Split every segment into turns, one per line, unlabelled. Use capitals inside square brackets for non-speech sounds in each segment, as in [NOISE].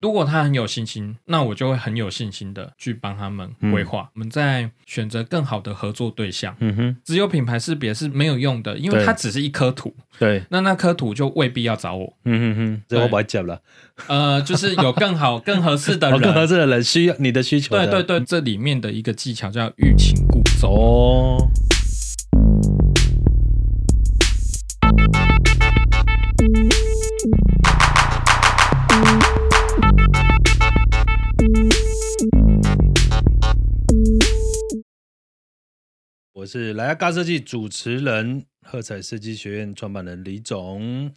如果他很有信心，那我就会很有信心的去帮他们规划。我们在选择更好的合作对象，
嗯哼，
只有品牌识别是没有用的，因为
对
它只是一颗土，
对，
那那颗土就未必要找我。
嗯嗯哼哼，这我
对
不会接了。
呃，就是有更
[LAUGHS]
好、更合适的
哦，更合
人。
适的人需要你的需求
对对
的。
对，这里面的一个技巧叫欲擒故纵。
哦，我是莱亚嘎设计主持人，喝彩设计学院创办人李总。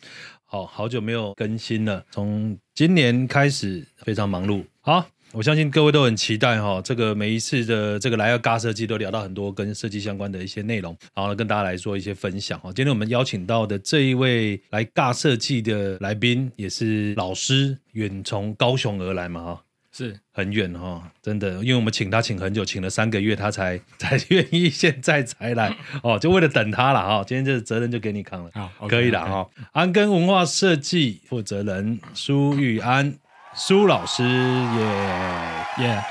好好久没有更新了，从今年开始非常忙碌。好，我相信各位都很期待哈、这个每一次的这个莱尔嘎设计都聊到很多跟设计相关的一些内容，然后呢跟大家来做一些分享哈、今天我们邀请到的这一位来嘎设计的来宾，也是老师，远从高雄而来嘛哈、
是
很远哦，真的，因为我们请他请很久，请了三个月，他才 [LAUGHS] 才愿意现在才
[LAUGHS]
来哦，就为了等他了哈、今天这责任就给你扛了，
好，OK，
可以了哈、安根文化设计负责人苏玉安，苏老师耶。
耶，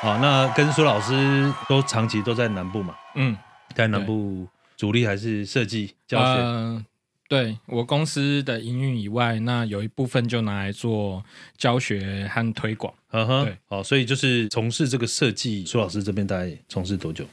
好，那跟苏老师都长期都在南部嘛，
嗯，
在南部主力还是设计教学。
呃对我公司的营运以外，那有一部分就拿来做教学和推广，
嗯哼
对，
好，所以就是从事这个设计，苏老师这边大概从事多久？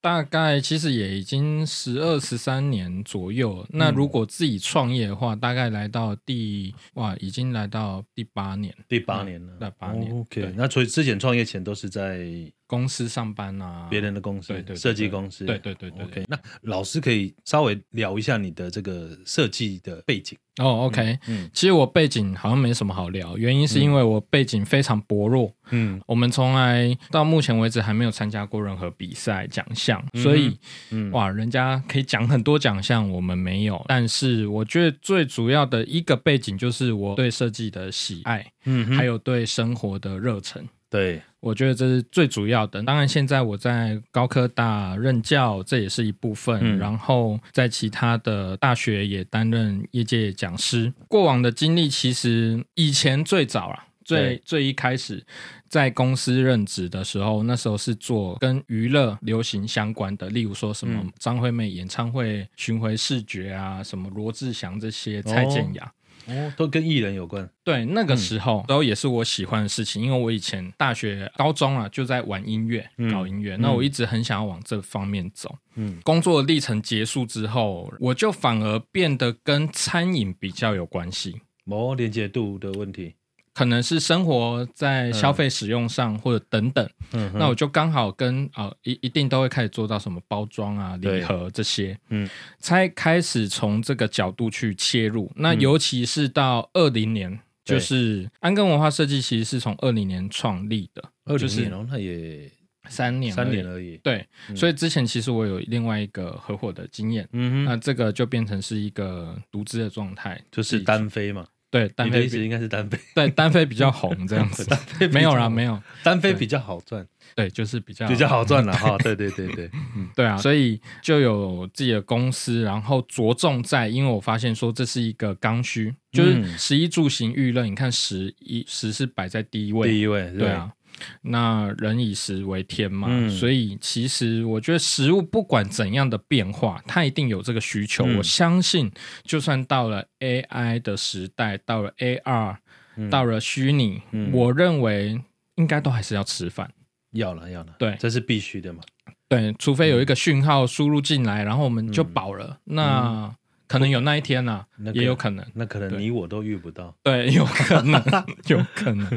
大概其实也已经十二十三年左右了。那如果自己创业的话，大概来到第哇，已经来到第八年，
第八年了，
那八年
哦 OK，
对
那所以之前创业前都是在
公司上班啊，
别人的公司，
对对对
设计公司，
对对对对
OK，那老师可以稍微聊一下你的这个设计的背景。
哦，OK，
嗯
其实我背景好像没什么好聊，原因是因为我背景非常薄弱，
嗯
我们从来到目前为止还没有参加过任何比赛奖项，
哼
所以
嗯，
哇，人家可以讲很多奖项，我们没有。但是我觉得最主要的一个背景就是我对设计的喜爱，
嗯哼，
还有对生活的热忱。
对，
我觉得这是最主要的。当然，现在我在高科大任教，这也是一部分。
嗯
然后在其他的大学也担任业界讲师。过往的经历，其实以前最早啊，最最一开始在公司任职的时候，那时候是做跟娱乐流行相关的，例如说什么
嗯
张惠妹演唱会巡回视觉啊，什么罗志祥这些，蔡健雅。
哦，都跟艺人有关。
对，那
嗯
个时候，然后也是我喜欢的事情，因为我以前大学、高中啊就在玩音乐、
嗯
搞音乐，那我一直很想要往这方面走。
嗯
工作历程结束之后，我就反而变得跟餐饮比较有关系，
哦，连接度的问题。
可能是生活在消费使用上、或者等等。
嗯哼，
那我就刚好跟啊、呃一一定都会开始做到什么包装啊、
对
礼盒这些，
嗯，
才开始从这个角度去切入。那尤其是到二零年，
嗯对
就是安根文化设计其实是从二零年创立的，
二
就
零
是
年哦，那也
三年，
三年嗯
了。
而已。
对，所以之前其实我有另外一个合伙的经验，
嗯哼，
那这个就变成是一个独资的状态，
就是
自己
单飞嘛，
对
你
单
的
飞
意思
比
应该是单
[LAUGHS]
飞，
对单飞比较红这样子，没有啦，没有，
单飞比较好赚，
对，就是比较
比较好赚了哈。对对对对，
[LAUGHS] 对啊，所以就有自己的公司，然后着重在，因为我发现说这是一个刚需，就是
嗯
食衣住行娱乐，你看食一食是摆在第一位，
第一位，
对，啊，那人以食为天嘛，
嗯
所以其实我觉得食物不管怎样的变化，它一定有这个需求。
嗯
我相信，就算到了 AI 的时代，到了 AR，、
嗯
到了虚拟，
嗯
我认为应该都还是要吃饭。
要了要了，
对
这是必须的嘛。
对，除非有
嗯
一个讯号输入进来，然后我们就饱了。
嗯
那可能有那一天啦、
那个
也有可能，
那可能
对
你我都遇不到。
对， [LAUGHS] 有可
[LAUGHS]
能，有可能，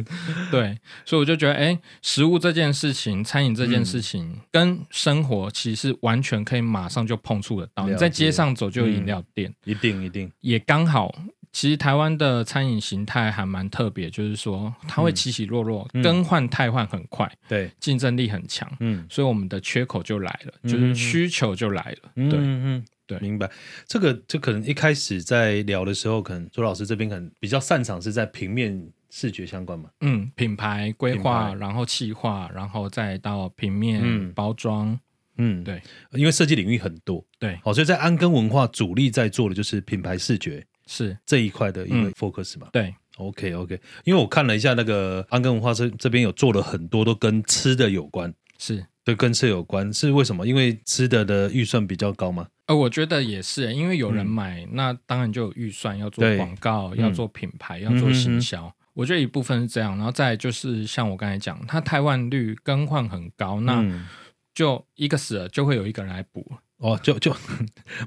对。所以我就觉得，哎，食物这件事情，餐饮这件事情，
嗯
跟生活其实完全可以马上就碰触得到。
了
你在街
解嗯
上走就有饮料店，
一定一定，
也刚好。其实台湾的餐饮形态还蛮特别，就是说它会起起落落，
嗯
更换汰换很快，
对，
竞争力很强，
嗯，
所以我们的缺口就来了，
嗯
就是需求就来了。
嗯
对，
嗯，
对
明白。这个就可能一开始在聊的时候，可能周老师这边可能比较擅长是在平面视觉相关嘛，
嗯，品牌规
品
划，
牌
然后企划，然后再到平面、
嗯
包装，
嗯，
对，
因为设计领域很多，哦
对，
好，所以在安根文化主力在做的就是品牌视觉
是
这一块的一个
嗯
focus 嘛，
对，
OK OK，因为我看了一下那个安根文化这这边有做了很多都跟吃的有关，
是，
对，跟吃有关是为什么？因为吃的的预算比较高嘛。
呃，我觉得也是，因为有人
嗯
买，那当然就有预算要做
对
广告，要
嗯
做品牌，要做
嗯嗯
行
嗯
销。我觉得一部分是这样，然后再来就是像我刚才讲，它汰换率更换很高，那
嗯
就一个死了就会有一个人来补。
哦，就 [LAUGHS] 就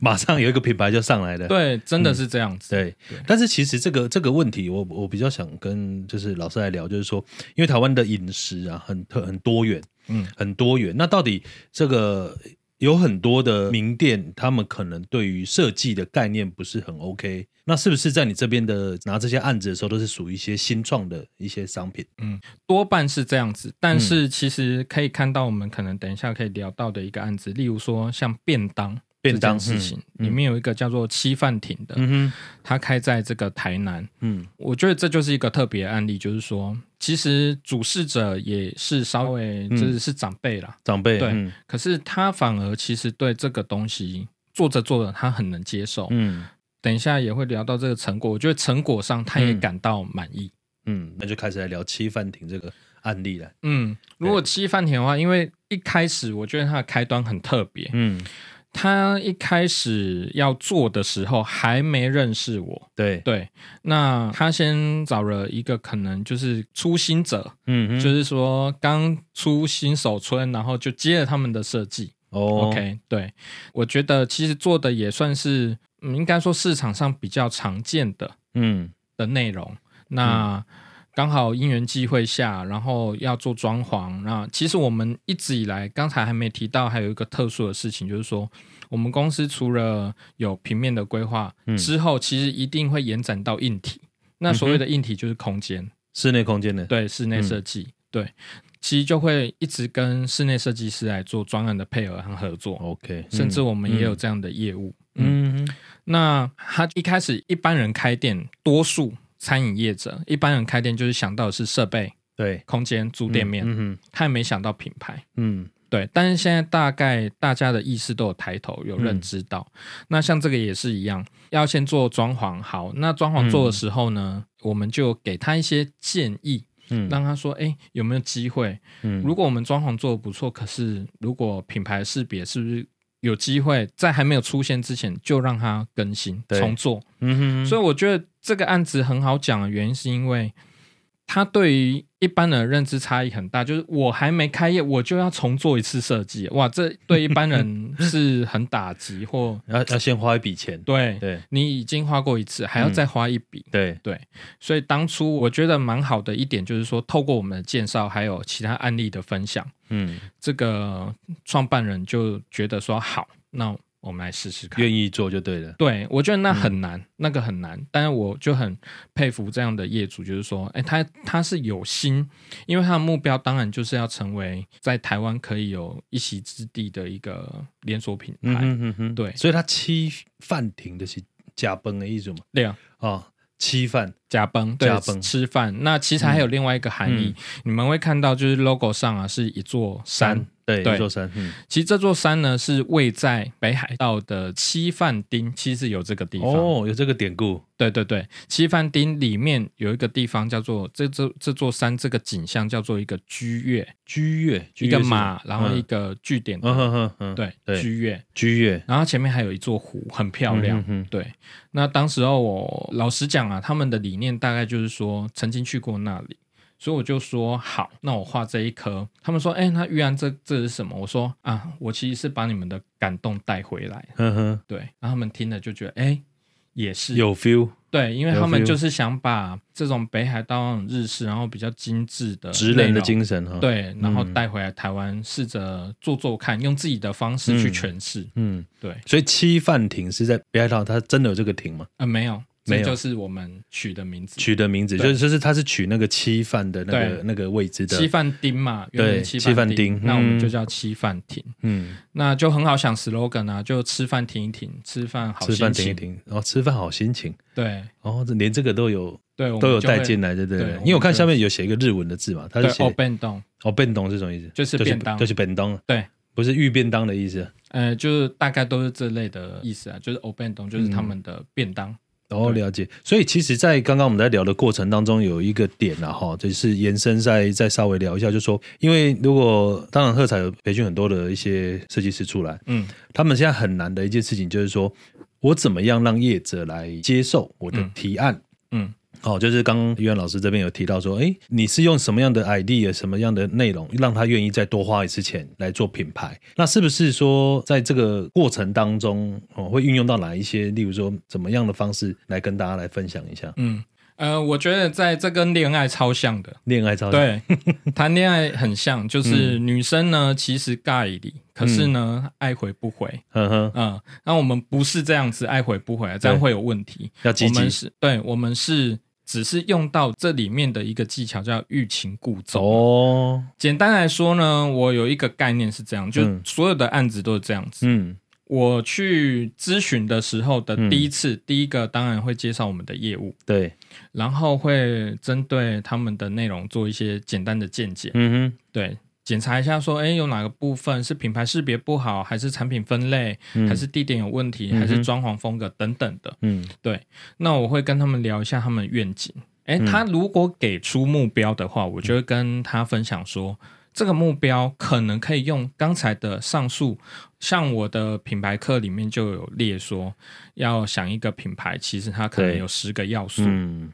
马上有一个品牌就上来了。
对，真
嗯
的是这样子。
对，但是其实这个这个问题我，我比较想跟就是老师来聊，就是说，因为台湾的饮食啊，很特很多元，
嗯，
很多元。那到底这个有很多的名店，他们可能对于设计的概念不是很 OK，那是不是在你这边的拿这些案子的时候，都是属于一些新创的一些商品？
多半是这样子，但是
嗯
其实可以看到，我们可能等一下可以聊到的一个案子，例如说像便当
便当
这件事情，
嗯嗯
里面有一个叫做七饭亭的，
嗯哼，
它开在这个台南，
嗯
我觉得这就是一个特别案例，就是说，其实主事者也是稍微
嗯
就是是长辈啦，
长辈，
对
嗯
可是他反而其实对这个东西做着做着，他很能接受。
嗯
等一下也会聊到这个成果，我觉得成果上他也
嗯
感到满意。
嗯，那就开始来聊七饭亭这个案例了。
嗯，如果七饭田的话，因为一开始我觉得它的开端很特别，
嗯，
他一开始要做的时候还没认识我。
对，
对，那他先找了一个可能就是初心者，
嗯哼，
就是说刚出新手村，然后就接了他们的设计。
哦
OK，对，我觉得其实做的也算是，嗯，应该说市场上比较常见的
嗯
的内容。那刚好因缘际会下，然后要做装潢。那其实我们一直以来，刚才还没提到，还有一个特殊的事情，就是说我们公司除了有平面的规划、
嗯
之后，其实一定会延展到硬体。那所谓的硬体就是空间。
室内空间的，
对，室内
嗯
设计，对，其实就会一直跟室内设计师来做专案的配合和合作，
，OK，
甚至
嗯
我们也有这样的业务。
嗯
那他一开始一般人开店，多数餐饮业者一般人开店就是想到的是设备、
对，
空间、租店面，
嗯哼
他也没想到品牌。
嗯
对，但是现在大概大家的意识都有抬头，有认知到。
嗯
那像这个也是一样，要先做装潢。好，那装潢做的时候呢，我们就给他一些建议，
嗯
让他说，哎，有没有机会？
嗯
如果我们装潢做的不错，可是如果品牌识别是不是有机会在还没有出现之前就让它更新
对
重做？
嗯哼，
所
以
以我觉得这个案子很好讲的原因，是因为它对于一般人的认知差异很大，就是我还没开业，我就要重做一次设计，哇，这对一般人是很打击，或
要要先花一笔钱，
对
对嗯
你已经花过一次，还要再花一笔。
对，
所以当初我觉得蛮好的一点就是说，透过我们的介绍，还有其他案例的分享，
嗯，
这个创办人就觉得说好，那我们来试试看。
愿意做就对了，
对，我觉得
嗯
那很难，那个很难，但是我就很佩服这样的业主，就是说，哎，他他是有心，因为他的目标当然就是要成为在台湾可以有一席之地的一个连锁品
嗯
牌。
哼嗯哼，
对
所以他七饭亭的是加崩的意思嘛，
对啊，
啊，七饭，
加崩，对
加，崩嗯
吃饭。那其实还有另外一个含义，你们会看到就是 logo 上啊是一座山，
对，
对哦
一座山，嗯，
其实这座山呢是位在北海道的七饭町，其实有这个地方。
哦，有这个典故，
对对对，七番町里面有一个地方叫做这这这座山，这个景象叫做一个居月，
居月，居
一
月
个
是什么
马，然后一，个据点，
嗯哼哼哼，
对
对
居月，
居月，
然后前面还有一座湖，很漂亮。
嗯哼哼
对，那当时候我老实讲啊，他们的理念大概就是说曾经去过那里，所以我就说好，那我画这一颗。他们说，哎，那玉安这这是什么？我说啊，我其实是把你们的感动带回来。
嗯哼，
对，然后他们听了就觉得，哎，也是
有 feel，
对，因为
有
他们
feel
就是想把这种北海道那种日式，然后比较精致的
职人
内
的
容
精神哈，，
对，然后
嗯
带回来台湾，试着做做看，用自己的方式去诠释。
嗯，
对，
所以七饭亭是在北海道，它真的有这个亭吗？
呃，没有，
没
这
有
就是我们取的名字，
取的名字，
对
就是就是他是取那个七饭的那个
对
那个位置的，
七饭町嘛，原
对
本七
七
饭
饭
町
町，
那我们就
嗯
叫七饭亭，
嗯，
那就很好想 slogan 啊，就吃饭停一停，吃饭好
吃
心
饭停一
情。
停，然后吃饭好心情，
对
哦，这连这个都有
对，我们
都有
就会
带进来，对不
对
对
我？们
因为我看下面有写一个日文的字嘛，它
对
是写
哦变动，
哦便当是什么意思？
就是便当
就是便当，
对，
不是预便当的意思。嗯
呃，就是大概都是这类的意思啊，就是 o b e n 就是他们的便当。
哦，了解。所以其实，在刚刚我们在聊的过程当中，有一个点啊，哈，就是延伸再再稍微聊一下，就说，因为如果当然喝彩有培训很多的一些设计师出来，
嗯，
他们现在很难的一件事情就是说，我怎么样让业者来接受我的提案？
嗯，
哦，就是刚刚于安老师这边有提到说，哎，你是用什么样的 idea、什么样的内容，让他愿意再多花一次钱来做品牌？那是不是说在这个过程当中，哦，会运用到哪一些，例如说怎么样的方式来跟大家来分享一下？
嗯，呃，我觉得在这跟恋爱超像的，
恋爱照，
对，
[LAUGHS]
谈恋爱很像，就是女生呢其实尬理，可是呢爱回不回，
嗯哼，
嗯，那我们不是这样子爱回不回，啊这样会有问题。
要积
我
极
们是对，我们是只是用到这里面的一个技巧，叫欲擒故纵。啊
哦，
简单来说呢，我有一个概念是这样，就
嗯
所有的案子都是这样子。
嗯
我去咨询的时候的
嗯
第一次，第一个当然会介绍我们的业务，
对，
然后会针对他们的内容做一些简单的见解，
嗯
对。检查一下，说，哎，有哪个部分是品牌识别不好，还是产品分类，
哼，
还是地点有问题，
嗯
还是
哼
装潢风格等等的。
嗯
那我会跟他们聊一下他们的愿景。诶，
嗯
他如果给出目标的话，我就会跟他分享说，这个目标可能可以用刚才的上述，像我的品牌课里面就有列说，要想一个品牌，其实它可能
对
有十个要素。
嗯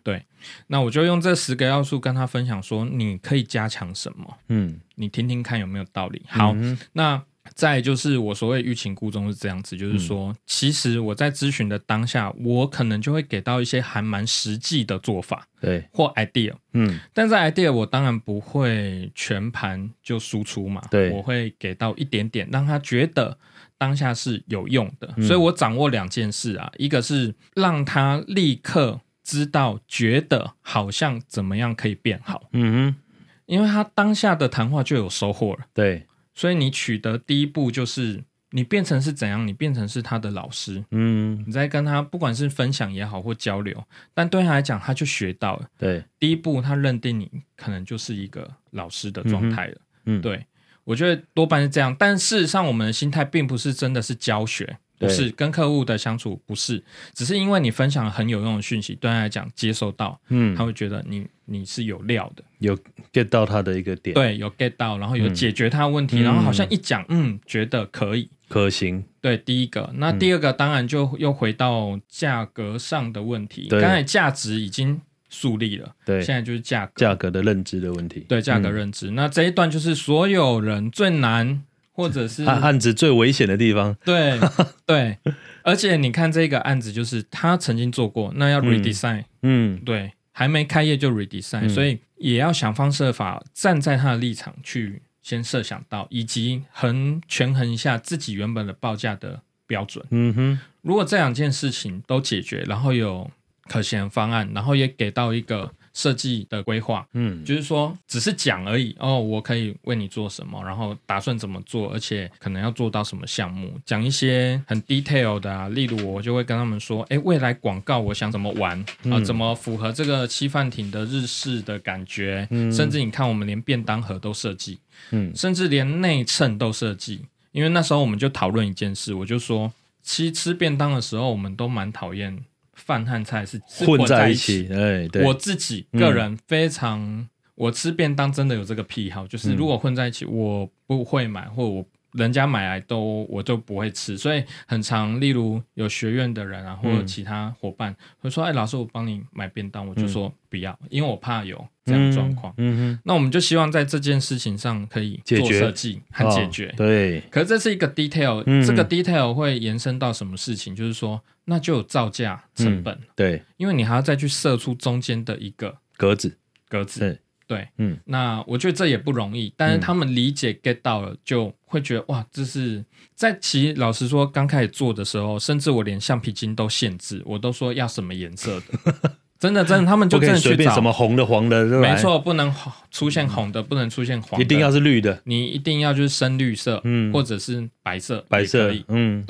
那我就用这十个要素跟他分享说，你可以加强什么，
嗯，
你听听看有没有道理。好，
嗯
那再就是我所谓欲擒故纵是这样子，就是说，其实我在咨询的当下，我可能就会给到一些还蛮实际的做法
对，
或 idea，
嗯
但在 idea 我当然不会全盘就输出嘛，
对
我会给到一点点，让他觉得。当下是有用的，
嗯
所以我掌握两件事啊，一个是让他立刻知道，觉得好像怎么样可以变好，
嗯哼，
因为他当下的谈话就有收获了。
对，
所以你取得第一步就是你变成是怎样，你变成是他的老师，
嗯
你在跟他不管是分享也好或交流，但对他来讲他就学到了。
对，
第一步他认定你可能就是一个老师的状态了，
嗯
对。我觉得多半是这样，但事实上我们的心态并不是真的是教学，不
对
是跟客户的相处，不是，只是因为你分享了很有用的讯息，对他来讲接收到，
嗯
他，会觉得你你是有料的，
有 get 到他的一个点，，
对，有 get 到，然后有
嗯
解决他的问题，
嗯
然后好像一讲，嗯，觉得可以，
可行，
对，第一个，
嗯
那第二个当然就又回到价格上的问题。
对
刚才价值已经树立了，
对
现，在就是价格，
价格的认知的问题，
对价格
嗯
认知。那这一段就是所有人最难，或者
[LAUGHS]
是
案案子最危险的地方，
对对，而且你看这个案子，就是他曾经做过，那要
嗯
redesign，、
嗯，
对，还没开业就 redesign，、
嗯
所以也要想方设法站在他的立场去先设想到，以及衡权衡一下自己原本的报价的标准。
嗯哼，
如果这两件事情都解决，然后有可行的方案，然后也给到一个设计的规划，
嗯，
就是说只是讲而已哦，我可以为你做什么，然后打算怎么做，而且可能要做到什么项目，讲一些很 detail 的啊，例如我就会跟他们说，诶，未来广告我想怎么玩啊、
嗯
怎么符合这个七饭亭的日式的感觉，
嗯
甚至你看我们连便当盒都设计，
嗯
甚至连内衬都设计。因为那时候我们就讨论一件事，我就说，其实吃便当的时候，我们都蛮讨厌饭和菜是是
混
在
在一起，哎，对，
我自己个人非常，我吃便当真的有这个癖好，就是
嗯
如果混在一起，我不会买，或我人家买来都我就不会吃，所以很常，例如有学院的人啊，
嗯
或者其他伙伴会说：“哎，老师，我帮你买便当。”我就说不要，因为我怕有这样的状况。
嗯嗯哼，
那我们就希望在这件事情上可以
解
做
决
设计和解决
哦。对，
可是这是一个 detail，、
嗯
这个 detail 会延伸到什么事情？就是说，那就有造价成本，
对，
因为你还要再去设出中间的一个
格子，
格子。
对
对，
嗯，
那我觉得这也不容易，但是他们理解 get 到了，就会觉得哇，这是在其实老实说，刚开始做的时候，甚至我连橡皮筋都限制，我都说要什么颜色的，
[LAUGHS]
真的真的，他们就
不可
真
以
的
随
去
便
找，
什么红的、黄的，对吧嗯
没，错，不能红出现红的，不能出现黄的，
一定要是绿的，
你一定要就是深绿色，
嗯
或者是白色，
白
也可
色
以，
嗯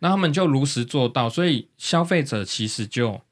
那他们就如实做到，所以消费者其实就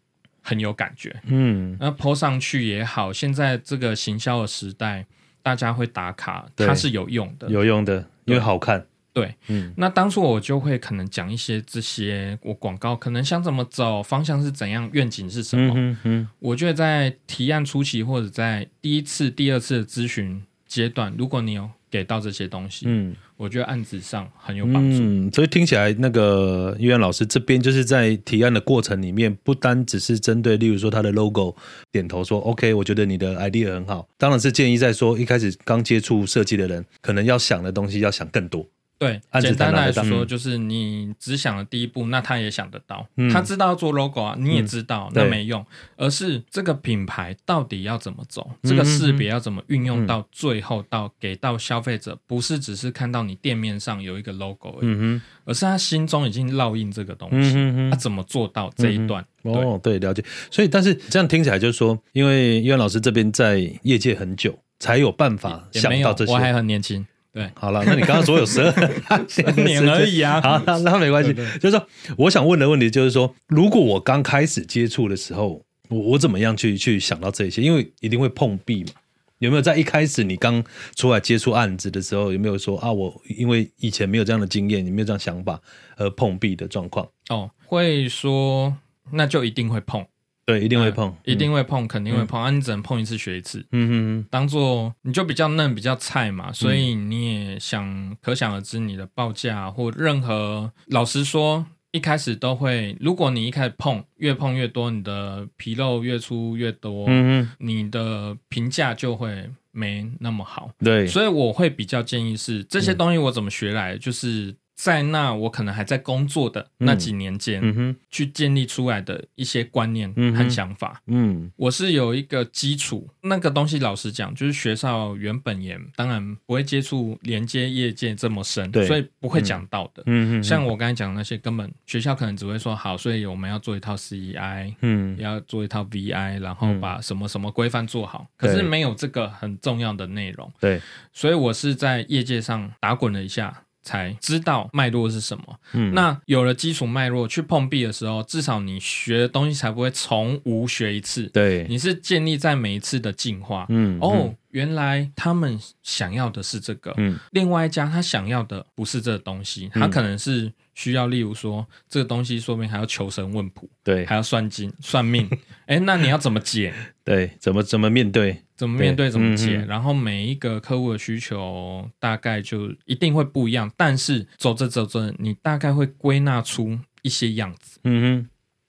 很有感觉。
嗯，
那 PO 上去也好，现在这个行销的时代，大家会打卡，
对
它是有用的。
有用的，因为好看，
对，
嗯
那当初我就会可能讲一些这些我广告可能想怎么走，方向是怎样，愿景是什么。
嗯嗯
我觉得在提案初期或者在第一次、第二次的咨询阶段，如果你有给到这些东西，
嗯
我觉得案子上很有帮助。
嗯，所以听起来那个医院老师这边就是在提案的过程里面，不单只是针对，例如说他的 logo 点头说 OK，我觉得你的 idea 很好，当然是建议在说一开始刚接触设计的人，可能要想的东西要想更多。
对，
案子
简单
谈得
来
到
说
嗯
就是你只想了第一步，那他也想得到，
嗯
他知道做 logo 啊，你也知道，
对
那没用，而是这个品牌到底要怎么走，
嗯
这个识别要怎么运用到最后到给到消费者，不是只是看到你店面上有一个 logo，而已，
嗯哼，
而是他心中已经烙印这个东西，
嗯哼
他怎么做到这一段？对，
哦，对，了解。所以，但是这样听起来就是说，因为医院老师这边在业界很久，才有办法
也
想
没
到
有
这，些
我。还很年
[LAUGHS]，
轻，对
好了，那你刚刚说有十
[LAUGHS]
二 [LAUGHS]
年而已 [LAUGHS] 啊，
好，那那没关系。就是说，我想问的问题就是说，如果我刚开始接触的时候，我我怎么样去去想到这些？因为一定会碰壁嘛。有没有在一开始你刚出来接触案子的时候，有没有说啊，我因为以前没有这样的经验，也没有这样想法而碰壁的状况？
哦，会说那就一定会碰。
对，一
一
定会碰，
啊一定会碰，肯定
嗯
会碰、啊！你只能碰一次学一次，
嗯，嗯
当做你就比较嫩、比较菜
嗯
嘛，所以你也想可想而知你的报价或任何，老实说。一开始都会，如果你一开始碰，越碰越多，你的皮肉越出越多，
嗯嗯，
你的评价就会没那么好。
对，
所以我会比较建议是这些东西我怎么学来，就是在那我可能还在工作的那几年间、
嗯哼，
去建立出来的一些观念
嗯
和
哼
想法。
嗯
我是有一个基础，那个东西老实讲，就是学校原本也当然不会接触连接业界这么深，
对
所以不会讲到的。
嗯嗯，
像我刚才讲的那些，根本学校可能只会说好，所以我们要做一套 CEI，
嗯
要做一套 VI，然后
嗯
把什么什么规范做好。
对
可是没有这个很重要的内容，
对，
所以我是在业界上打滚了一下，才知道脉络是什么。
嗯
那有了基础脉络，去碰壁的时候，至少你学的东西才不会从无学一次。
对，
你是建立在每一次的进化。
嗯
哦，原来他们想要的是这个，
嗯
另外一家他想要的不是这个东西，他
嗯
可能是需要，例如说这个东西，说明还要求神问卜，
对
还要算经 [LAUGHS] 算
[LAUGHS]
命。哎，那你要怎么解？
对，怎么怎么面对？
怎么面对？
对
怎么解？
嗯哼
然后每一个客户的需求大概就一定会不一样，但是走着走着，你大概会归纳出一些样子，
嗯哼，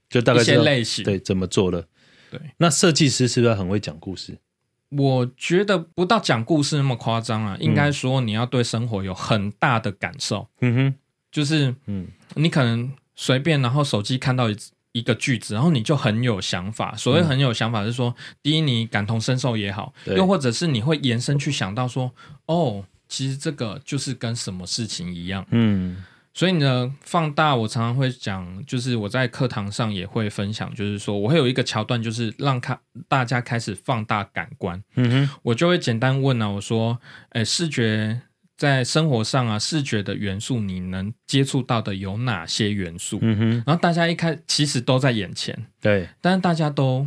就大概
一
知
些
道
类型。
对怎么做了。
对，
那设计师是不是很会讲故事？
我觉得不到讲故事那么夸张啊，应该说你要对生活有很大的感受，
嗯哼，
就是
嗯
你可能随便，然后手机看到一一个句子，然后你就很有想法。所谓很有想法，是说、第一你感同身受也好，
嗯对
又或者是你会延伸去想到说，哦，其实这个就是跟什么事情一样。
嗯
所以呢，放大我常常会讲，就是我在课堂上也会分享，就是说我会有一个桥段，就是让看大家开始放大感官。
嗯哼，
我就会简单问啊，我说，哎，视觉在生活上啊，视觉的元素你能接触到的有哪些元素？
嗯哼，
然后大家一开其实都在眼前，
对，
但是大家都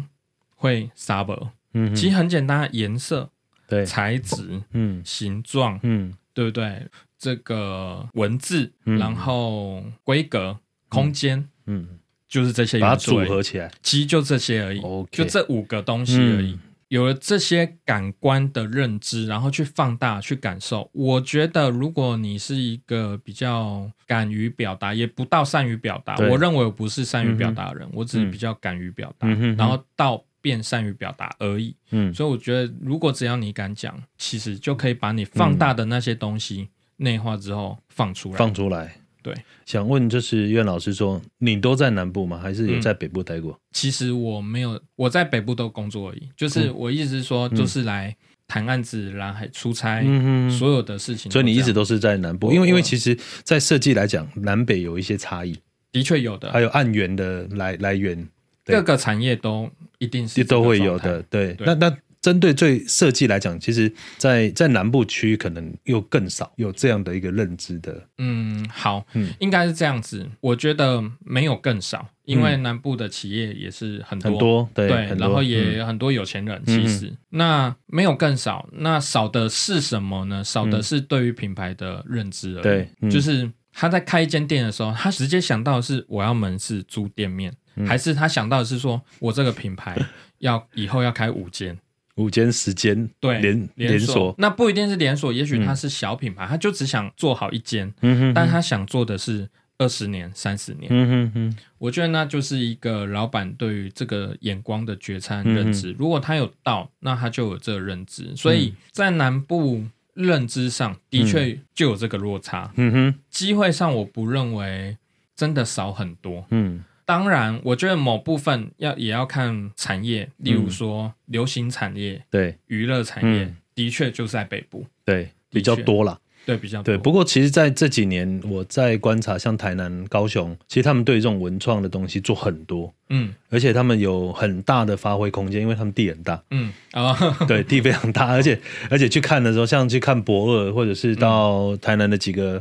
会 s u b
嗯
其
哼，
实很简单，啊颜色、
对，
材质、
嗯
形状，
嗯
对不对？这个文字，
嗯
然后规格、空间，
嗯，
就是这些
把它
元
组
素而已，
合起来。
其实就这些而已。
OK，
就这五个东西而已。
嗯
有了这些感官的认知，然后去放大、去感受。我觉得，如果你是一个比较敢于表达，也不到善于表达，
对嗯
我认为我不是善于表达的人，我只是比较敢于表达，
嗯哼哼
然后到变善于表达而已。
嗯
所以我觉得，如果只要你敢讲，其实就可以把你放大的那些东西内化之后放出来。
嗯放出来。
对，
想问就是苑老师说，你都在南部吗？还
嗯
是有在北部待过？
其实我没有，我在北部都工作而已。
嗯
就是我意思是说，就是来谈案子，然后还出差，
嗯
所有的事情都
所
这样。
以你一直都是在南部，
哎我
因为因为
我
其实，在设计来讲，南北有一些差异，
的确有的
还，有案哎源的来来源对
各个产业都一定是
都会有
这个状态。
的。对，
对
那那针对最设计来讲，其实在在南部区可能又更少有这样的一个认知的，
嗯，好，
嗯
应该是这样子。我觉得没有更少，因为南部的企业也是很多，
很多对
对，
很多嗯
然后也很多有钱人。其实、那没有更少，那少的是什么呢？少的是对于品牌的认知而已。
嗯对嗯
就是他在开一间店的时候，他直接想到的是我要门市租店面，
嗯
还是他想到的是说我这个品牌要以后要开五间。
午间时间
对，
连
连
锁，
那不一定是连锁，也许它是小品牌，他就只想做好一间，
嗯哼
但他想做的是二十年、三十年。
嗯哼哼，
我觉得那就是一个老板对于这个眼光的觉察和认
嗯
知。如果他有到，那他就有这个认知。所以在南部认知上的确就有这个落差，
嗯哼，
机会上我不认为真的少很多。
嗯
当然，我觉得某部分要也要看产业，例如说流行产业、
对
娱乐产业，
嗯
的确就是在北部，
对，
的
比较
确
多啦。
对比较多
对，不过其实在这几年，我在观察，像台南、高雄，其实他们对这种文创的东西做很多，
嗯
而且他们有很大的发挥空间，因为他们地很大，
嗯 [LAUGHS] 啊，
[LAUGHS] 对，地非常大，而且而且去看的时候，像去看博二，或者是
嗯
到台南的几个。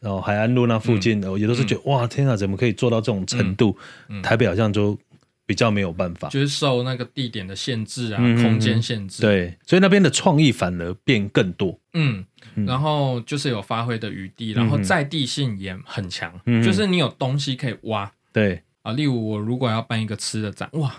然后海岸路那附
嗯
近的，我也都是觉得、哇，天啊，怎么可以做到这种程度？台北好像就比较没有办法。
就是受那个地点的限制啊，
嗯嗯嗯
空间限制，
对，所以那边的创意反而变更多。
嗯，然后就是有发挥的余地，然后在地性也很强，
嗯
就是你有东西可以挖
对，
啊。例如我如果要办一个吃的展，哇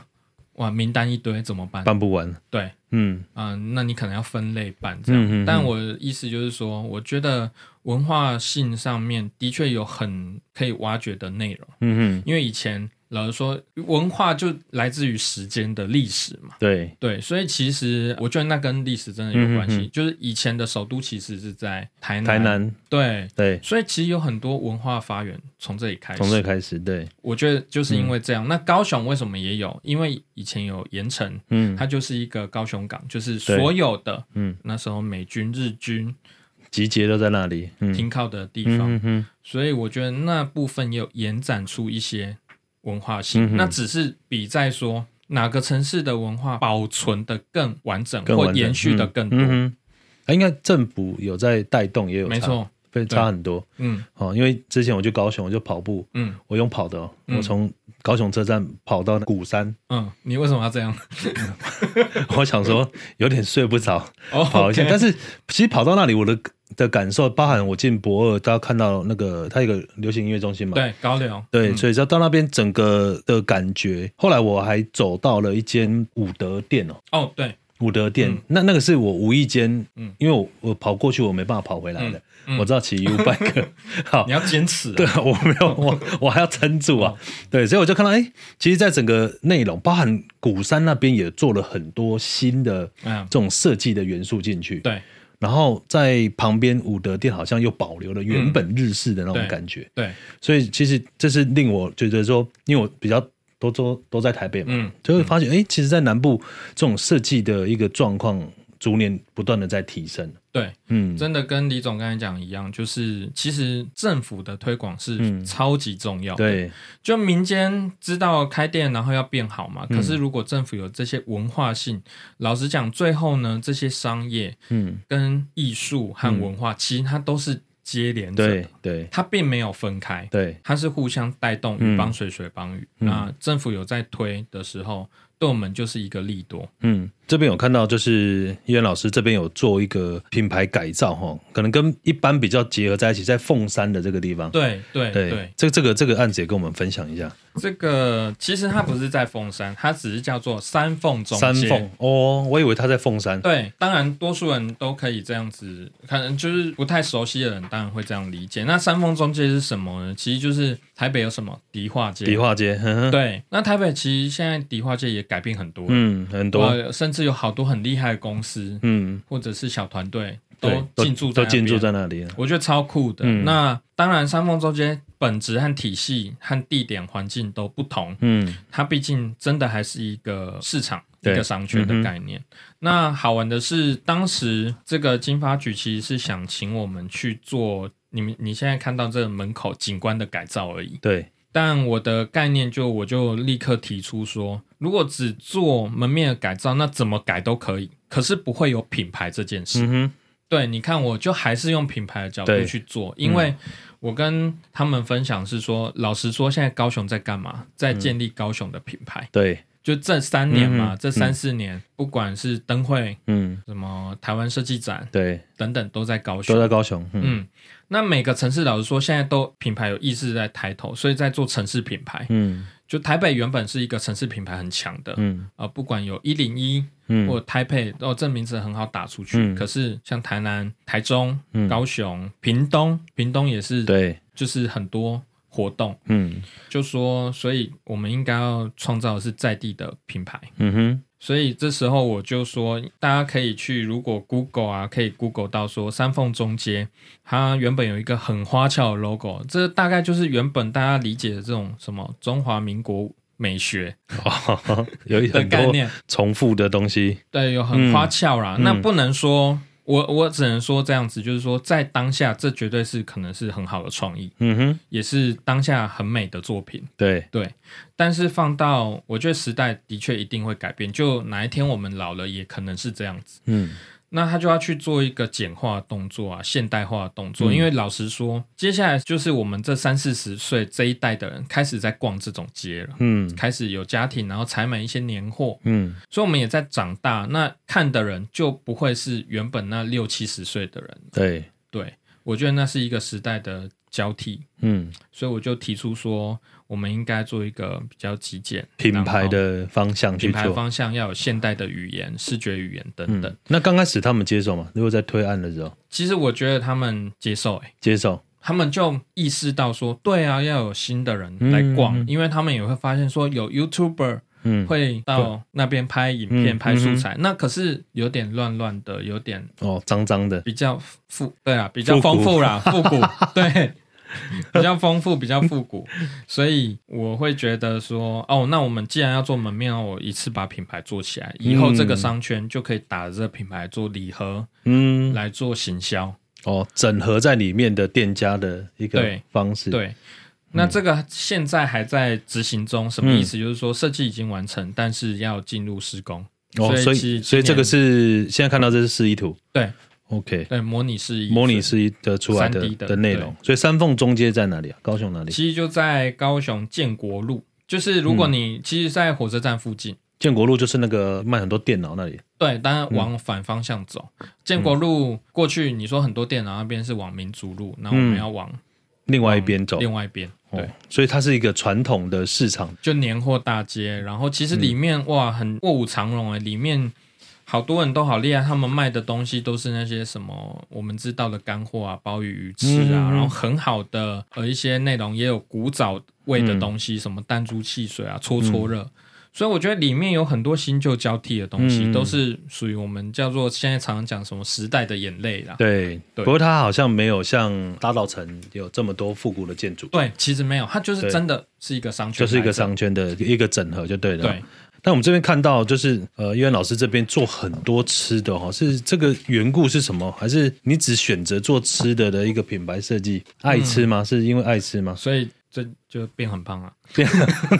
哇名单一堆怎么办？
办不完。
对，
嗯
嗯、那你可能要分类办这样。
嗯嗯嗯
但我的意思就是说，我觉得文化性上面的确有很可以挖掘的内容，
嗯嗯，
因为以前老实说，文化就来自于时间的历史嘛。
对，
对，所以其实我觉得那跟历史真的有关系，
嗯嗯
就是以前的首都其实是在台南，
台南
对，
对，
所以嗯其实有很多文化发源从这里开始。
从这嗯开始对，
我觉得就是因为这样，那高雄为什么也有？因为以前有盐城，
嗯，
它就是一个高雄港，就是所有的
嗯
那时候美军、日军
集结都在那里，嗯，
停靠的地
嗯
方，
嗯嗯
所以我觉得那部分也有延展出一些文化性。
嗯哼
那只是比在说哪个城市的文化保存的更完整，
更
或
完整
延续的更多。
嗯哼，啊应该政府有在带动，也有
没
差，
错，
对，
对
差很多
嗯
哦。因为之前我去高雄，我就跑步，
嗯
我用跑的哦，
嗯
我从高雄车站跑到鼓山， [LAUGHS]
嗯，你为什么要这 [LAUGHS] 样？
我想说有点睡不着，
哦，
跑一下。
OK
但是其实跑到那里，我的的感受，包含我进博二，大家看到那个它有个流行音乐中心嘛，
对高流，
对，
嗯
所以要到那边整个的感觉。后来我还走到了一间武德店哦，
哦对，
武德店，
嗯
那那个是我无意间，
嗯
因为我我跑过去，我没办法跑回来
嗯
的。
嗯
我知道骑 U
[LAUGHS]
bike，好
你，要坚持、啊，
对， [LAUGHS] 我没有，我我还要撑住啊。对，所以我就看到，哎、其实，在整个内容，包含鼓山那边也做了很多新的
嗯
这种设计的元素进去。
对
然后在旁边武德店好像又保留了原本日式的那种
对
感觉，
对，
所以其实这是令我觉得说，因为我比较都都都在台北嘛，
嗯
就会发现，哎、其实，在南部这种设计的一个状况，逐年不断的在提升。
对，
嗯，
真的跟李总刚才讲一样，就是其实政府的推广是
嗯
超级重要的。
对，
就民间知道开店，然后要变好嘛。可是如果政府有这些文化性，老实讲，最后呢，这些商业
嗯，
跟艺术和文化，其实它都是接连着
对
的，
对
它并没有分开。
对，
它是互相带动，
嗯
鱼帮水，水帮鱼。那政府有在推的时候，对我们就是一个利多。
嗯，这边有看到，就是伊元老师这边有做一个品牌改造哈，可能跟一般比较结合在一起，在凤山的这个地方。
对对
对，
对，
这这个这个案子也跟我们分享一下。
这个其实它不是在凤山，它只是叫做三凤中
三
街。
凤哦，我以为他在凤山。
对，当然多数人都可以这样子，可能就是不太熟悉的人，当然会这样理解。那三凤中街是什么呢？其实就是台北有什么迪化街。
迪化街，嗯哼，
对，那台北其实现在迪化街也改变很多了，
嗯，很多，
呃甚至有好多很厉害的公司
嗯，
或者是小团队
对
都进驻在
都
那边
进驻在那里了。
我觉得超酷的。
嗯
那当然，三凤中街本质和体系和地点环境都不同，
嗯
它毕竟真的还是一个市场、一
对嗯
个商圈的概念。那好玩的是，当时这个金发局其实是想请我们去做你们你现在看到这个门口景观的改造而已，。
对，
但我的概念就我就立刻提出说，如果只做门面的改造，那怎么改都可以。可是不会有品牌这件事。
嗯哼，
对，你看，我就还是用品牌的角度
对嗯
去做，因为我跟他们分享是说，老实说，现在高雄在干嘛？在建立高雄的品牌。
对，
就这三年嘛，
嗯
这三四年，不管是灯会、
嗯，
什么台湾设计展
对，
等等，都在高
都
雄。
在高雄，嗯
嗯，那每个城市老实说，现在都品牌有意识在抬头，所以在做城市品牌。
嗯
就台北原本是一个城市品牌很强的，
嗯
啊，不管有一零一
嗯，
或台北，哦，这名字很好打出去。
嗯
可是像台南、台中、
嗯
高雄、屏东，屏东也是，
对，
就是很多活动，
嗯
就说，所以我们应该要创造的是在地的品牌。
嗯
[LAUGHS]
哼， [LAUGHS]
所以这时候我就说，大家可以去，如果 Google 啊，可以 Google 到说三凤中街，它原本有一个很花俏的 logo，这大概就是原本大家理解的这种什么中华民国美学
哦，有
的
很
概
多
念，
重复的东西，
对，有很花俏啦。
嗯
那不能说，我我只能说这样子，就是说在当下，这绝对是可能是很好的创意，
嗯哼，
也是当下很美的作品。
对，
对，但是放到我觉得时代的确一定会改变，就哪一天我们老了，也可能是这样子。
嗯
那他就要去做一个简化动作啊，现代化动作。
嗯
因为老实说，接下来就是我们这三四十岁这一代的人开始在逛这种街了，
嗯
开始有家庭，然后采买一些年货，
嗯
所以我们也在长大。那看的人就不会是原本那六七十岁的人。
对，
对我觉得那是一个时代的交替，
嗯，
所以我就提出说，我们应该做一个比较极简
品牌。
然后
的方向去
品牌
做，
方向要有现代的语言、视觉语言等等。
嗯，那刚开始他们接受嘛？如果在推案的时候
其实我觉得他们接受、欸，
接受，
他们就意识到说，对啊，要有新的人来逛，
嗯嗯嗯
因为他们也会发现说，有 YouTuber
嗯，
会到那边拍影片、
嗯
拍素材，那可是有点乱乱的，有点
哦，脏脏的，
比较复，对啊，比较丰富啦，复古，对，比较丰富，比较复古，所以我会觉得说，哦，那我们既然要做门面，那我一次把品牌做起来，以后这个商圈就可以打着这个品牌做礼盒、
嗯，
来做行销，
哦，整合在里面的店家的一个
对
方式，，
对。那这个现在还在执行中，什么意思？就是说设计已经完成，但是要进入施工。
哦，所
所以
以
其实
所以这
今年
个是现在看到这是示意图
对
，OK，
对，模拟是一
模拟
个
示意的出来的
3D 的
的内容，所以三凤中街在哪里啊？高雄哪里？
其实就在高雄建国路，就是如果你、其实，在火车站附近，
建国路就是那个卖很多电脑那里，
对，当然往反方向走。建国路过去，你说很多电脑那边是往民族路，然后我们要往
另外一边走，
嗯另外一边，对
哦，，所以它是一个传统的市场，
就年货大街。
嗯
然后其实里面、哇，很卧虎藏龙哎，里面好多人都好厉害，他们卖的东西都是那些什么我们知道的干货啊，鲍鱼、鱼翅啊，
嗯
然后很好的呃一些内容，也有古早味的东西，什么弹珠汽水
嗯
啊、搓搓热。所以我觉得里面有很多新旧交替的东西，
嗯嗯
都是属于我们叫做现在常常讲什么时代的眼泪啦。
对，
啊对
不过它好像没有像大稻城有这么多复古的建筑，
对，其实没有，它就是
对
真的是一个商圈
就
来着，
是一个商圈的一个整合就对了，
对。
但我们这边看到，就是呃，因为老师这边做很多吃的哈、哦，是这个缘故是什么？还是你只选择做吃的的一个品牌设计？爱吃
嗯
吗？是因为爱吃吗？
所以这就变很胖了。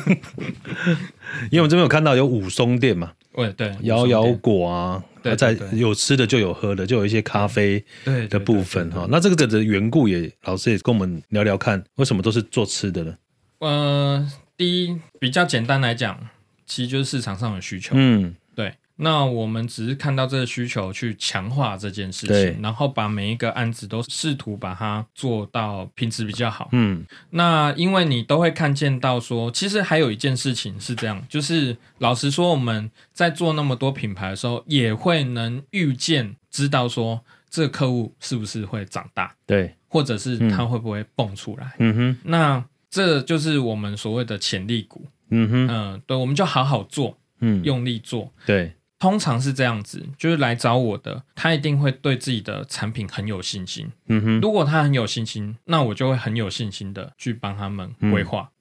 因为我们这边有看到有武松店嘛，
对对，
摇
无
摇
双店
果啊，
对
在
对对
有吃的就有喝的，就有一些咖啡
对对对
的部分哈、那这个的缘故也，老师也跟我们聊聊看，为什么都是做吃的呢？
呃，第一比较简单来讲，其实就是市场上有需求。
嗯
对，那我们只是看到这个需求去强化这件事
对
情，然后把每一个案子都试图把它做到品质比较好。
嗯，
那因为你都会看见到说，其实还有一件事情是这样，就是老实说，我们在做那么多品牌的时候，也会能预见知道说这个客户是不是会长大，
对，
或者是他会不会蹦出来。
嗯哼，
那这就是我们所谓的潜力股。
嗯哼，
嗯、对，我们就好好做，
嗯，
用力做。
对，
通常是这样子，就是来找我的，他一定会对自己的产品很有信心。
嗯哼，
如果他很有信心，那我就会很有信心的去帮他们
嗯
规划。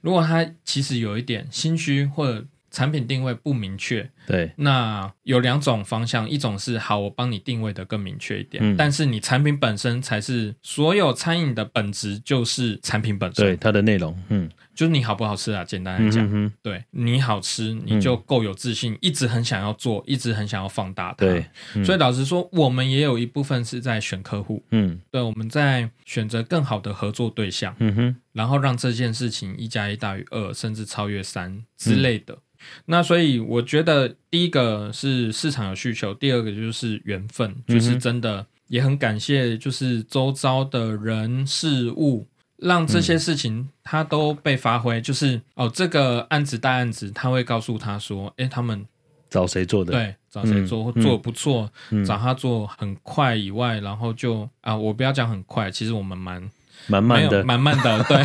如果他其实有一点心虚或者产品定位不明确，
对，
那有两种方向，一种是好，我帮你定位的更明确一点，
嗯
但是你产品本身才是所有餐饮的本质，就是产品本身。
对，它的内容，嗯
就是你好不好吃啊，简单来
嗯
讲，
哼嗯哼，
对你好吃，你就够有自信，一直很想要做，一直很想要放大它。
对，嗯
所以老实说，我们也有一部分是在选客户，
嗯
对，我们在选择更好的合作对象，
嗯哼，
然后让这件事情一加一大于二，甚至超越
嗯
三之类的。那所以我觉得，第一个是市场有需求，第二个就是缘分，
嗯
就是真的也很感谢，就是周遭的人事物。让这些事情他都被发
嗯
挥，就是哦，这个案子大案子，他会告诉他说，诶，他们
找谁做的？
对，找谁做、
嗯
做得不错，
嗯
找他做很快以外，然后就啊，我不要讲很快，其实我们蛮
慢
没
慢
有
的，
蛮慢的，对。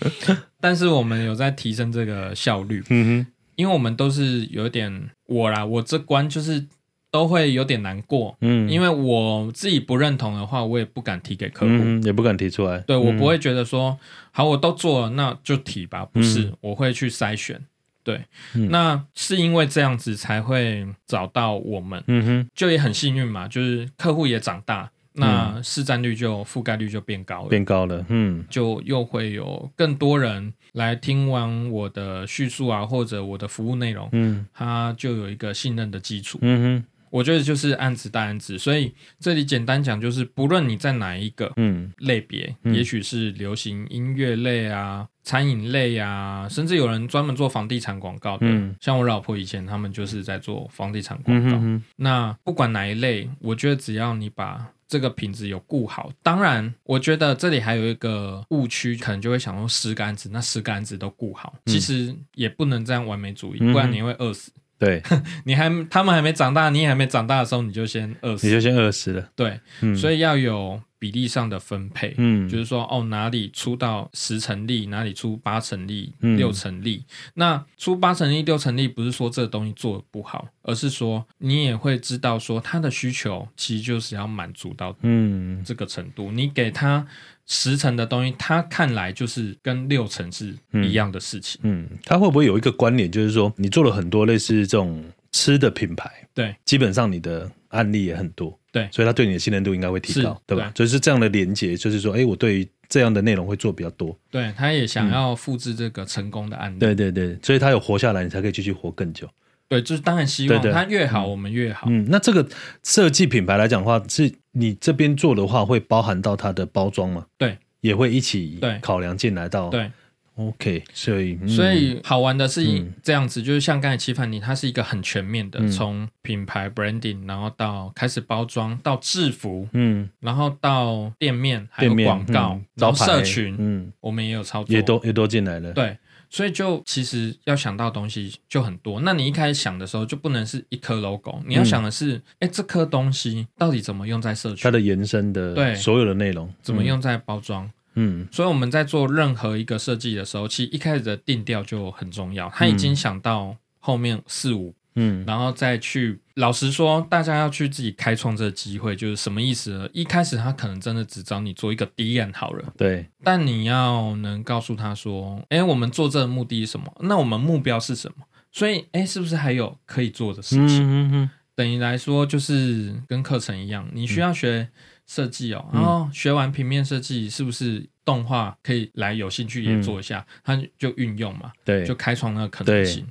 [LAUGHS]
[LAUGHS] 但是我们有在提升这个效率，
嗯哼，
因为我们都是有点我啦，我这关就是都会有点难过，
嗯，
因
为
为我自己不认同的话，我也不敢提给客户。
嗯哼也不敢提出来，
对我
嗯
不会觉得说，好，我都做了，那就提吧，不是，我会去筛选。对，
嗯
那是因为这样子才会找到我们，
嗯哼，
就也很幸运嘛，就是客户也长大，
嗯
那市占率就覆盖率就变高了，
变高了，嗯
就又会有更多人来听完我的叙述啊，或者我的服务内容，
嗯
他就有一个信任的基础。
嗯哼，
我觉得就是案子大案子，所以这里简单讲就是，不论你在哪一个，
嗯
类别，
嗯
也许是流行音乐类啊、餐饮类啊，甚至有人专门做房地产广告的。
嗯
像我老婆以前他们就是在做房地产
嗯
广告。
哼哼，
那不管哪一类，我觉得只要你把这个品质有顾好，当然，我觉得这里还有一个误区，可能就会想说十个案子，那十个案子都顾好，其实也不能这样完美主义，
嗯嗯哼
不然你会饿死。 [LAUGHS]
对，
你还他们还没长大，你也还没长大的时候，你就先饿
你
死。
就先饿死了，
对，
嗯，
所
以
以要有比例上的分配。
嗯
就是说哦，哪里出到十成力，哪里出八成力、
嗯
六成力。那出八成力、六成力，不是说这个东西做的不好，而是说你也会知道说他的需求其实就是要满足到
嗯
这个程度。你给他十成的东西，他看来就是跟六成是一样的事情。
嗯，它会不会有一个关联，就是说你做了很多类似这种吃的品牌，
对，
基本上你的案例也很多，
对
所以他对你的信任度应该会提高
是，啊
对吧？就是这样的连接，就是说，哎，我对于这样的内容会做比较多，
对，他也想要复制这个成功的案例。
嗯对对对，所以他有活下来，你才可以继续活更久。
对，就是当然希望
对对
他越好，我们越好。
嗯，那这个设计品牌来讲的话，是你这边做的话，会包含到它的包装吗？
对，
也会一起
对
考量进来到。
对，
，OK，所以、嗯
所以好玩的是
嗯
这样子，就是像刚才齐凡尼，它是一个很全面的
嗯，
从品牌 branding，然后到开始包装，到制服，
嗯，
然后到店面，还
店
有
面
广告
嗯，
然
招
后
牌
社群，
嗯，
我们也有操作，
也都也都进来了。
对。所以就其实要想到的东西就很多，那你一开始想的时候就不能是一颗 logo，你要
嗯
想的是，哎、这颗东西到底怎么用在社
它
群，
的嗯延伸的
对
所有的内容
怎么？用在包装，
嗯
所以我们在做任何一个设计的时候，其实一开始的定调就很重要。他已经想到后面四五，
嗯
然后再去老实说，大家要去自己开创这个机会，就是什么意思呢？一开始他可能真的只找你做一个 D N 好了，
对，
但你要能告诉他说，诶，我们做这个目的是什么？那我们目标是什么？所以，诶，是不是还有可以做的事
嗯
情？
嗯嗯
等于来说，就是跟课程一样，你需要学设计
嗯
哦，然后学完平面设计，是不是动画可以来有兴趣也做一下？它就运用嘛，
嗯对，
就开创那个可能性。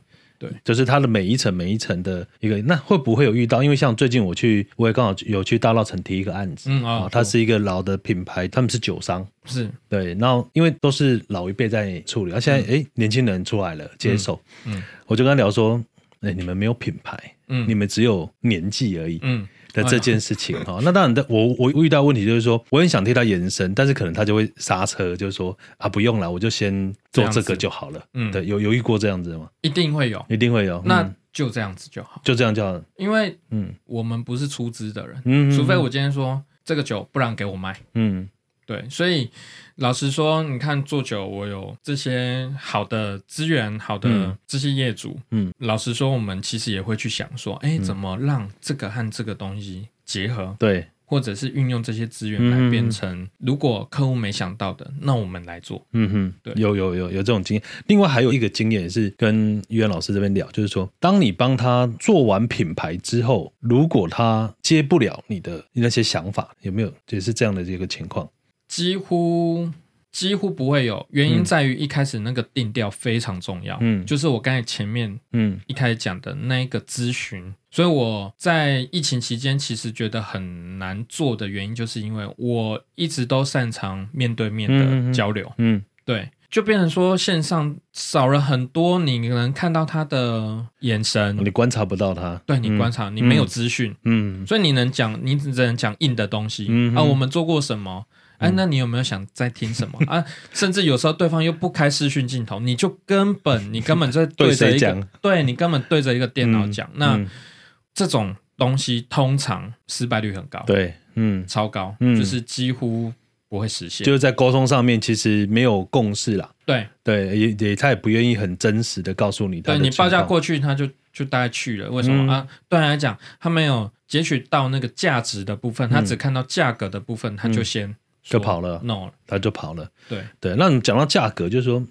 就是它的每一层每一层的一个，那会不会有遇到？因为像最近我去，我也刚好有去大稻城提一个案子
嗯
啊、
哦，
它是一个老的品牌，他们是酒商，
是
对，然后因为都是老一辈在处理，而、现在哎、诶年轻人出来了接手，
嗯嗯
我就跟他聊说，哎、你们没有品牌，
嗯
你们只有年纪而已
嗯
的这件事情哈、那当然的，我我遇到问题就是说，我很想替他延伸，但是可能他就会刹车，就是说啊，不用了，我就先做这个就好了。
嗯，
对，有有遇过这样子的吗？
一定会有，
一定会有。
那
嗯
就这样子就好，
就这样叫嗯
因为
嗯
我们不是出资的人，
嗯，嗯
除非我今天说这个酒，不然给我卖。
嗯
对，所以老实说，你看做酒，我有这些好的资源，好
嗯
的这些业主，
嗯，
老实说，我们其实也会去想说，哎，怎么让这个和这个东西结合，
对
或者是运用这些资
嗯
源来变成，如果客户没想到的，那我们来做。
嗯哼，
对
有有有有这种经验。另外还有一个经验也是跟于元老师这边聊，就是说，当你帮他做完品牌之后，如果他接不了你的那些想法，有没有也是这样的一个情况？
几乎几乎不会有。原因在于一开始那个定调非常重要，
嗯
就是我刚才前面
嗯
一开始讲的那一个咨询。所以我在疫情期间其实觉得很难做的原因，就是因为我一直都擅长面对面
嗯嗯
的
嗯
交流，
嗯
对，就变成说线上少了很多，你能看到他的眼神，
你观察不到他，
对你
嗯
观察，你没有资讯，
嗯
所以你能讲，你只能讲硬的东西、
嗯
啊。
哼嗯
我们做过什么？哎，那你有没有想再听什么啊？甚至有时候对方又不开视讯镜头，你就根本你根本
[LAUGHS]
在对着
谁
一
讲
个，对你根本对着一个电脑
嗯
讲。那、
嗯
这种东西通常失败率很高，
对，嗯，
超高，
嗯
就是几乎不会实现。
就是在沟通上面其实没有共识啦。
对
对，也也他也不愿意很真实的告诉你他
对，
的
你
情
报价
况
过去，他就就大概去了。为什么、
嗯
啊？对他来讲，他没有截取到那个价值的部分，他只看到价格的部分，他就先
嗯
说
就跑了，
no 了。
他就跑了。
对，
对，那你讲到价格，就是说，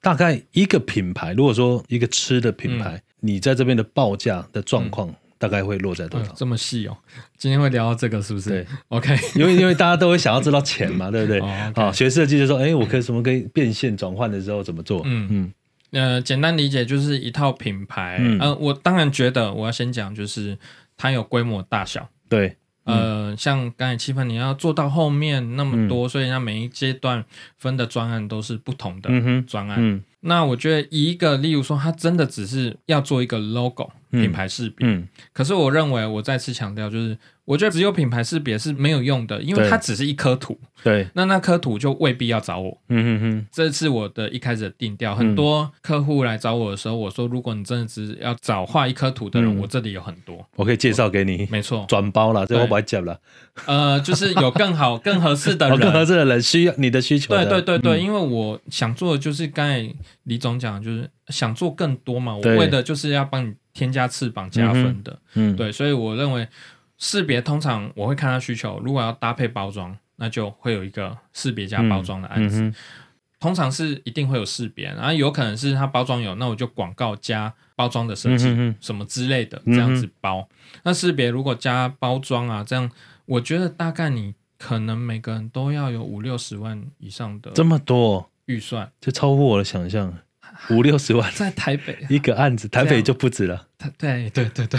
大概一个品牌，如果说一个吃的
嗯
品牌，你在这边的报价的状况大概会落在多
嗯
少？
这么细哦，今天会聊到这个是不是
啊对，
？OK，
因为因为大家都会想要知道钱嘛，对不对？
哦，OK
啊，学设计就说，哎，我可以什么可以变现转换的时候怎么做？
嗯
嗯
呃，简单理解就是一套品牌。
嗯
嗯、我当然觉得我要先讲，就是它有规模大小。
对，嗯
呃，像刚才气氛，你要做到后面那么多，所以它每一阶段分的专案都是不同的
嗯哼，
专案。
嗯
那我觉得以一个，例如说，他真的只是要做一个 logo
嗯
品牌识别，
嗯
可是我认为我再次强调，就是我觉得只有品牌识别是没有用的，因为
对
它只是一颗图，
对，
那那颗图就未必要找我。
嗯哼哼，
这是我的一开始的定
嗯
调。很多客户来找我的时候，我说，如果你真的只要找画一颗图的人，
嗯
我这里有很多，
我可以介绍给你。
没错，
转包了，这
对
我不会讲了。
呃，就是有更好、更合适的
哦， [LAUGHS] 更合
人。
适的人嗯需要你的需求
对
的。
对对对，因为我想做的就是刚才李总讲的，就是想做更多嘛。我
对
为的就是要帮你添加翅膀、加分的。
嗯，
对，所以我认为识别通常我会看他需求，如果要搭配包装，那就会有一个识别加包装的案
嗯
子。
哼，
通常是一定会有识别，然后有可能是它包装有，那我就广告加包装的设
嗯
计、
哼哼，
什么之类的
嗯哼
这样子包。那识别如果加包装啊，这样我觉得大概你可能每个人都要有五六十万以上的
这么多，
预算，
这超乎我的想象，五六十万
在台
[LAUGHS]
北，
一个案子，台
这
北
样
就不止了。
它对 [LAUGHS] 对对
[LAUGHS]
对，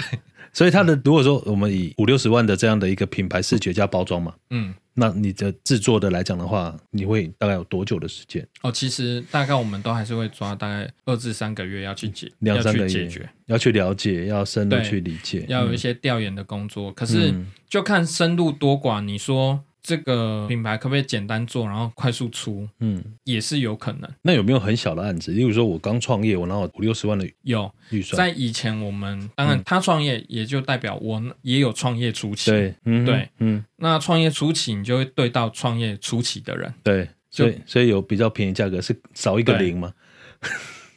所以它的如果说我们以五六十万的这样的一个品牌视觉加包装嘛，
嗯。
那你的制作的来讲的话，你会大概有多久的时间？
哦，其实大概我们都还是会抓大概二至三个月要去解，
两
要
三
去
个
解
月
决，
要去了解，要深入
对
去理解，
要有一
嗯
些调研的工作。可是
嗯
就看深入多寡，你说这个品牌可不可以简单做，然后快速出，
嗯，
也是有可能。
那有没有很小的案子？例如说我刚创业，我拿五六十万的
有
预算，
在以前，我们当然他创业，也就代表我也有创业初期。，
嗯对，嗯哼，
对
嗯，
那创业初期，你就会对到创业初期的人，
对，所以所以有比较便宜价格是少一个
对
零嘛？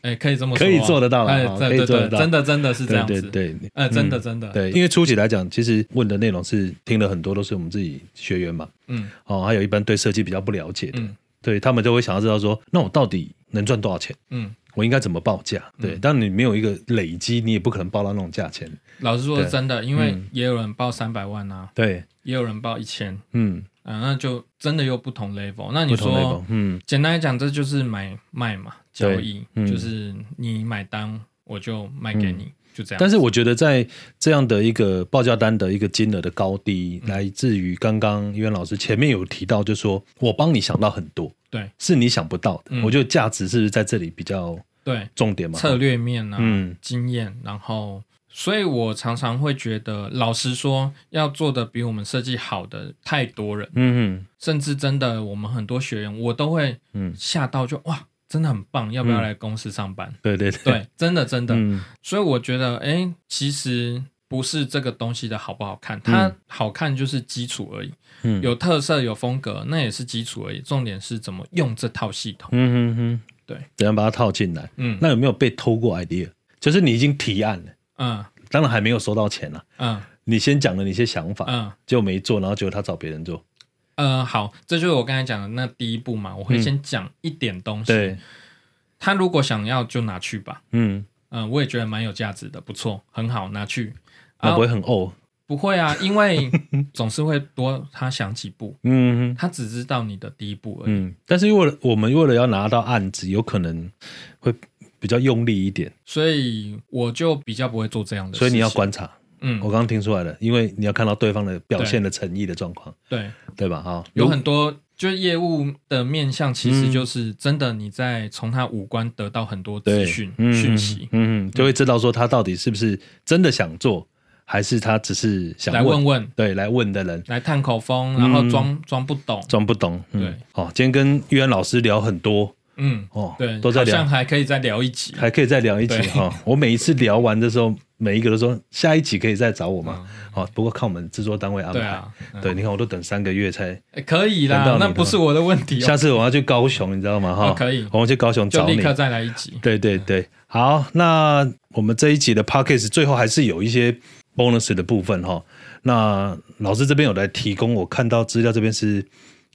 哎，可以这么说，
可以做得到啦
哎，
哦可
对
以
对
做得
对，
到
真的真的是这
对
样
对
子，
对，
哎，真的
嗯
真的，，
对，因为初期来讲，其实问的内容是听了很多都是我们自己学员嘛，
嗯
哦，还有一般对设计比较不了解的，
嗯
对他们就会想要知道说，那我到底能赚多少钱？
嗯，
我应该怎么报价？对，但你没有一个累积，你也不可能报到那种价钱。
老实说
对
真的，因为
嗯
也有人报三百万啊，
对，
也有人报一千，
嗯，
啊，那就真的又不同 level。那你
不同
说
level，，嗯
简单来讲，这就是买卖嘛，交
对
易，
嗯
就是你买单，我就卖给你，就这样。
但是我觉得在这样的一个报价单的一个金额的高低，
嗯
来自于刚刚袁老师前面有提到，就说我帮你想到很多，
对
是你想不到的。
嗯
我觉得价值是不是在这里比较
对，
重点嘛？
策略面啊，
嗯
经验，然后，所以我常常会觉得，老实说，要做的比我们设计好的太多人，
嗯
甚至真的我们很多学员，我都会
嗯，
吓到就，哇，真的很棒，要不要
嗯
来公司上班？
对对对，
对，真的真的，
嗯
所以我觉得，哎，其实不是这个东西的好不好看，它
嗯
好看就是基础而已，
嗯
有特色有风格，那也是基础而已。重点是怎么用这套系统。
嗯哼哼，
对，
怎样把它套进来？
嗯
那有没有被偷过 idea？就是你已经提案了，
嗯
当然还没有收到钱啊，
嗯
你先讲了你一些想法，
嗯
就没做，然后结果他找别人做。
呃，好，这就是我刚才讲的那第一步嘛。我会先讲一点东西，
嗯对，
他如果想要就拿去吧。呃
嗯，
嗯、我也觉得蛮有价值的，不错，很好，拿去。
那
啊
不会很呕、
不会啊，因为总是会多他想几步，
嗯
他只知道你的第一步而已。
嗯，但是为了我们为了要拿到案子，有可能会比较用力一点，
所以我就比较不会做这样的事
所
情。
以你要哦观察。
嗯
我，刚刚听出来了，因为你要看到对方的表现的诚意的状况，
对，
对吧？哈，
嗯有很多就是业务的面向，其实就是真的你在从他五官得到很多资
对
讯
嗯
讯息，
嗯，嗯就会知道说他到底是不是真的想做，还是他只是想嗯
来问问，
对，来问的人
来探口风，然后装装不懂。
装不懂。嗯
对，
哦，今天跟玉安老师聊很多
嗯，
哦，
对，
都在
好像
聊，
还可以再聊一集。
还可以再聊一集
对
哈、哦。我每一次聊完的时候，每一个都说下一集可以再找我嘛。哦，不过看我们制作单位安
嗯
排。
对啊，嗯
对，你看我都等三个月才，
诶可以
轮
啦，
到你
那不是我的问题
下
哦，
次我要去高雄，你知道吗？哈、
哦可以
我们去高雄
就
找
立
你。
刻嗯再来一集。
对对对，好，那我们这一集的 p a c k a g e 最后还是有一些 bonus 的部分哈。那老师这边有来提供，我看到资料这边是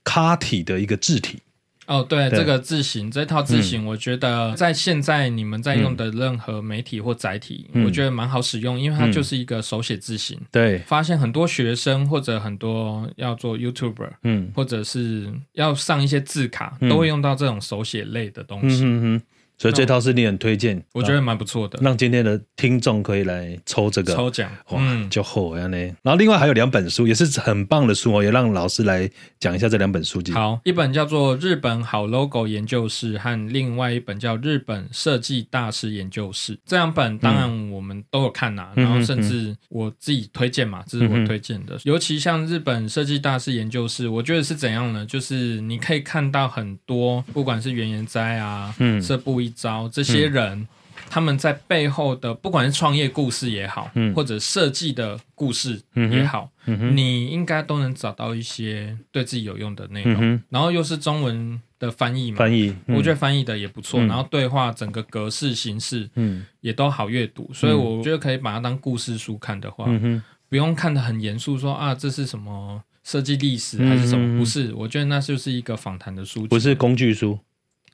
卡体的一个字体，
哦，对，
对嗯
这个字型，这套字型，我觉得在现在你们在用的任何媒体或载体，
嗯
我觉得蛮好使用，因为它
嗯
就是一个手写字型。
对，
发现很多学生或者很多要做 YouTuber，
嗯
或者是要上一些字卡，
嗯
都会用到这种手写类的东
嗯
西，
哼哼，所以这套是你很推荐，啊
我觉得蛮不错的
让。让今天的听众可以来抽这个。
抽奖，
哇
嗯，，
就好呀呢！然后另外还有两本书，也是很棒的书哦，也让老师来讲一下这两本书籍。
好，一本叫做《日本好 logo 研究室》和另外一本叫《日本设计大师研究室》。这两本当然我们都有看呐、
嗯
然后甚至我自己推荐嘛，这是我推荐的。尤其像日本设计大师研究室，我觉得是怎样呢？就是你可以看到很多，不管是原研哉啊、
嗯
社部一招这些人。他们在背后的，不管是创业故事也好，
嗯
或者设计的故事
嗯哼
也好，
嗯哼，
你应该都能找到一些对自己有用的内
嗯
容。
哼，
然后又是中文的翻译嘛，
翻译，嗯
我觉得翻译的也不错。
嗯
然后对话整个格式形式
嗯
也都好阅读，所以我觉得可以把它当故事书看的话，
嗯哼，
不用看得很严肃说，啊这是什么设计历史还是什
嗯嗯嗯
么，不是，我觉得那就是一个访谈的书籍，
不是工具书，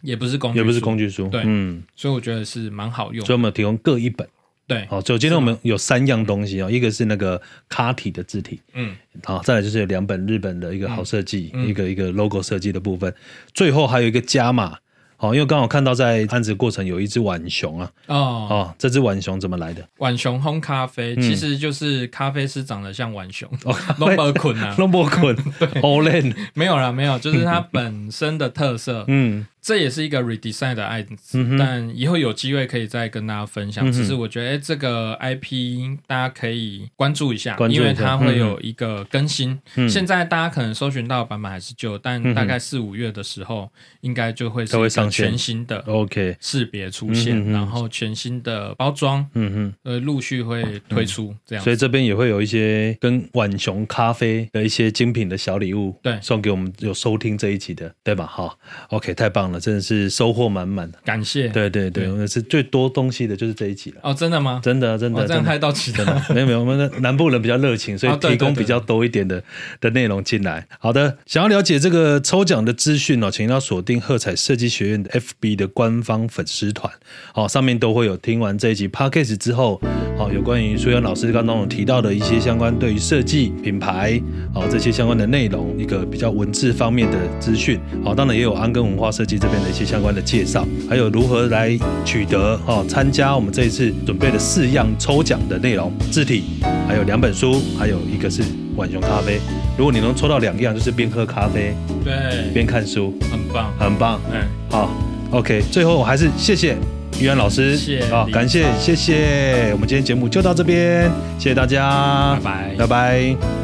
也不是工具，
也不是工，具书，
对
嗯，
所以我觉得是蛮好用
所
的。
以我们提供各一本。
对，啊
好，就今天我们有三样东西哦，一个是那个卡体的字体，
嗯，
好，再来就是有两本日本的一个好设计，
嗯嗯
一个一个 logo 设计的部分，最后还有一个加码。好，因为刚好看到在案子过程有一只浣熊啊，
哦，
哦，这只浣熊怎么来的？
浣熊烘咖
嗯
啡其实就是咖啡师长得像浣熊，
哦
[LAUGHS] 龙伯困啊，
龙
[LAUGHS]
波滚 o l e n
没有啦，没有，就是它本身的特色，
[LAUGHS] 嗯
这也是一个 redesign 的案子，
嗯哼
但以后有机会可以再跟大家分享。
嗯哼
只是我觉得，哎，这个 IP 大家可以关注一下，
关注一
因
下
为它会有一个更新。
嗯，
现在大家可能搜寻到的版本还是旧，
哼
但大概四五月的时候，应该就会是
都
一
会
个
上线
全新的
OK，
识别出
嗯哼
现，
哼
然后全新的包装，
嗯
呃，陆续会推出这
哼，
样
所
子。
以这边也会有一些跟浣熊咖啡的一些精品的小礼物，
对
送给我们有收听这一集的，对吧？好，OK，太棒了，真的是收获满满。
感谢。
对对对，
对
我们是最多东西的就是这一集了，
哦，真的吗？
真的啊真
我
的
这样
真的
害到其
真
他。
的，没有没有，我们的南部人比较热情，所以
啊对
提供
对对
比较多一点的的内容进来。好的，想要了解这个抽奖的资讯哦，请要锁定喝彩设计学院的 FB 的官方粉丝团，好、上面都会有听完这一集 Podcast 之后，好、有关于苏阳老师刚刚有提到的一些相关对于设计品牌，好、这些相关的内容，一个比较文字方面的资讯，好、当然也有安根文化设计这边的一些相关的介绍，还有如何来取得哦参加我们这一次准备的四样抽奖的内容，字体，还有两本书，还有一个是浣熊咖啡。如果你能抽到两样，就是边喝咖啡
[LAUGHS] 对，
边看书，
很棒。
很棒。
嗯，
好，OK，最后我还是谢谢于安老师，
谢谢
好，感谢，谢谢。我们今天节目就到这边，谢谢大家，
拜拜
拜拜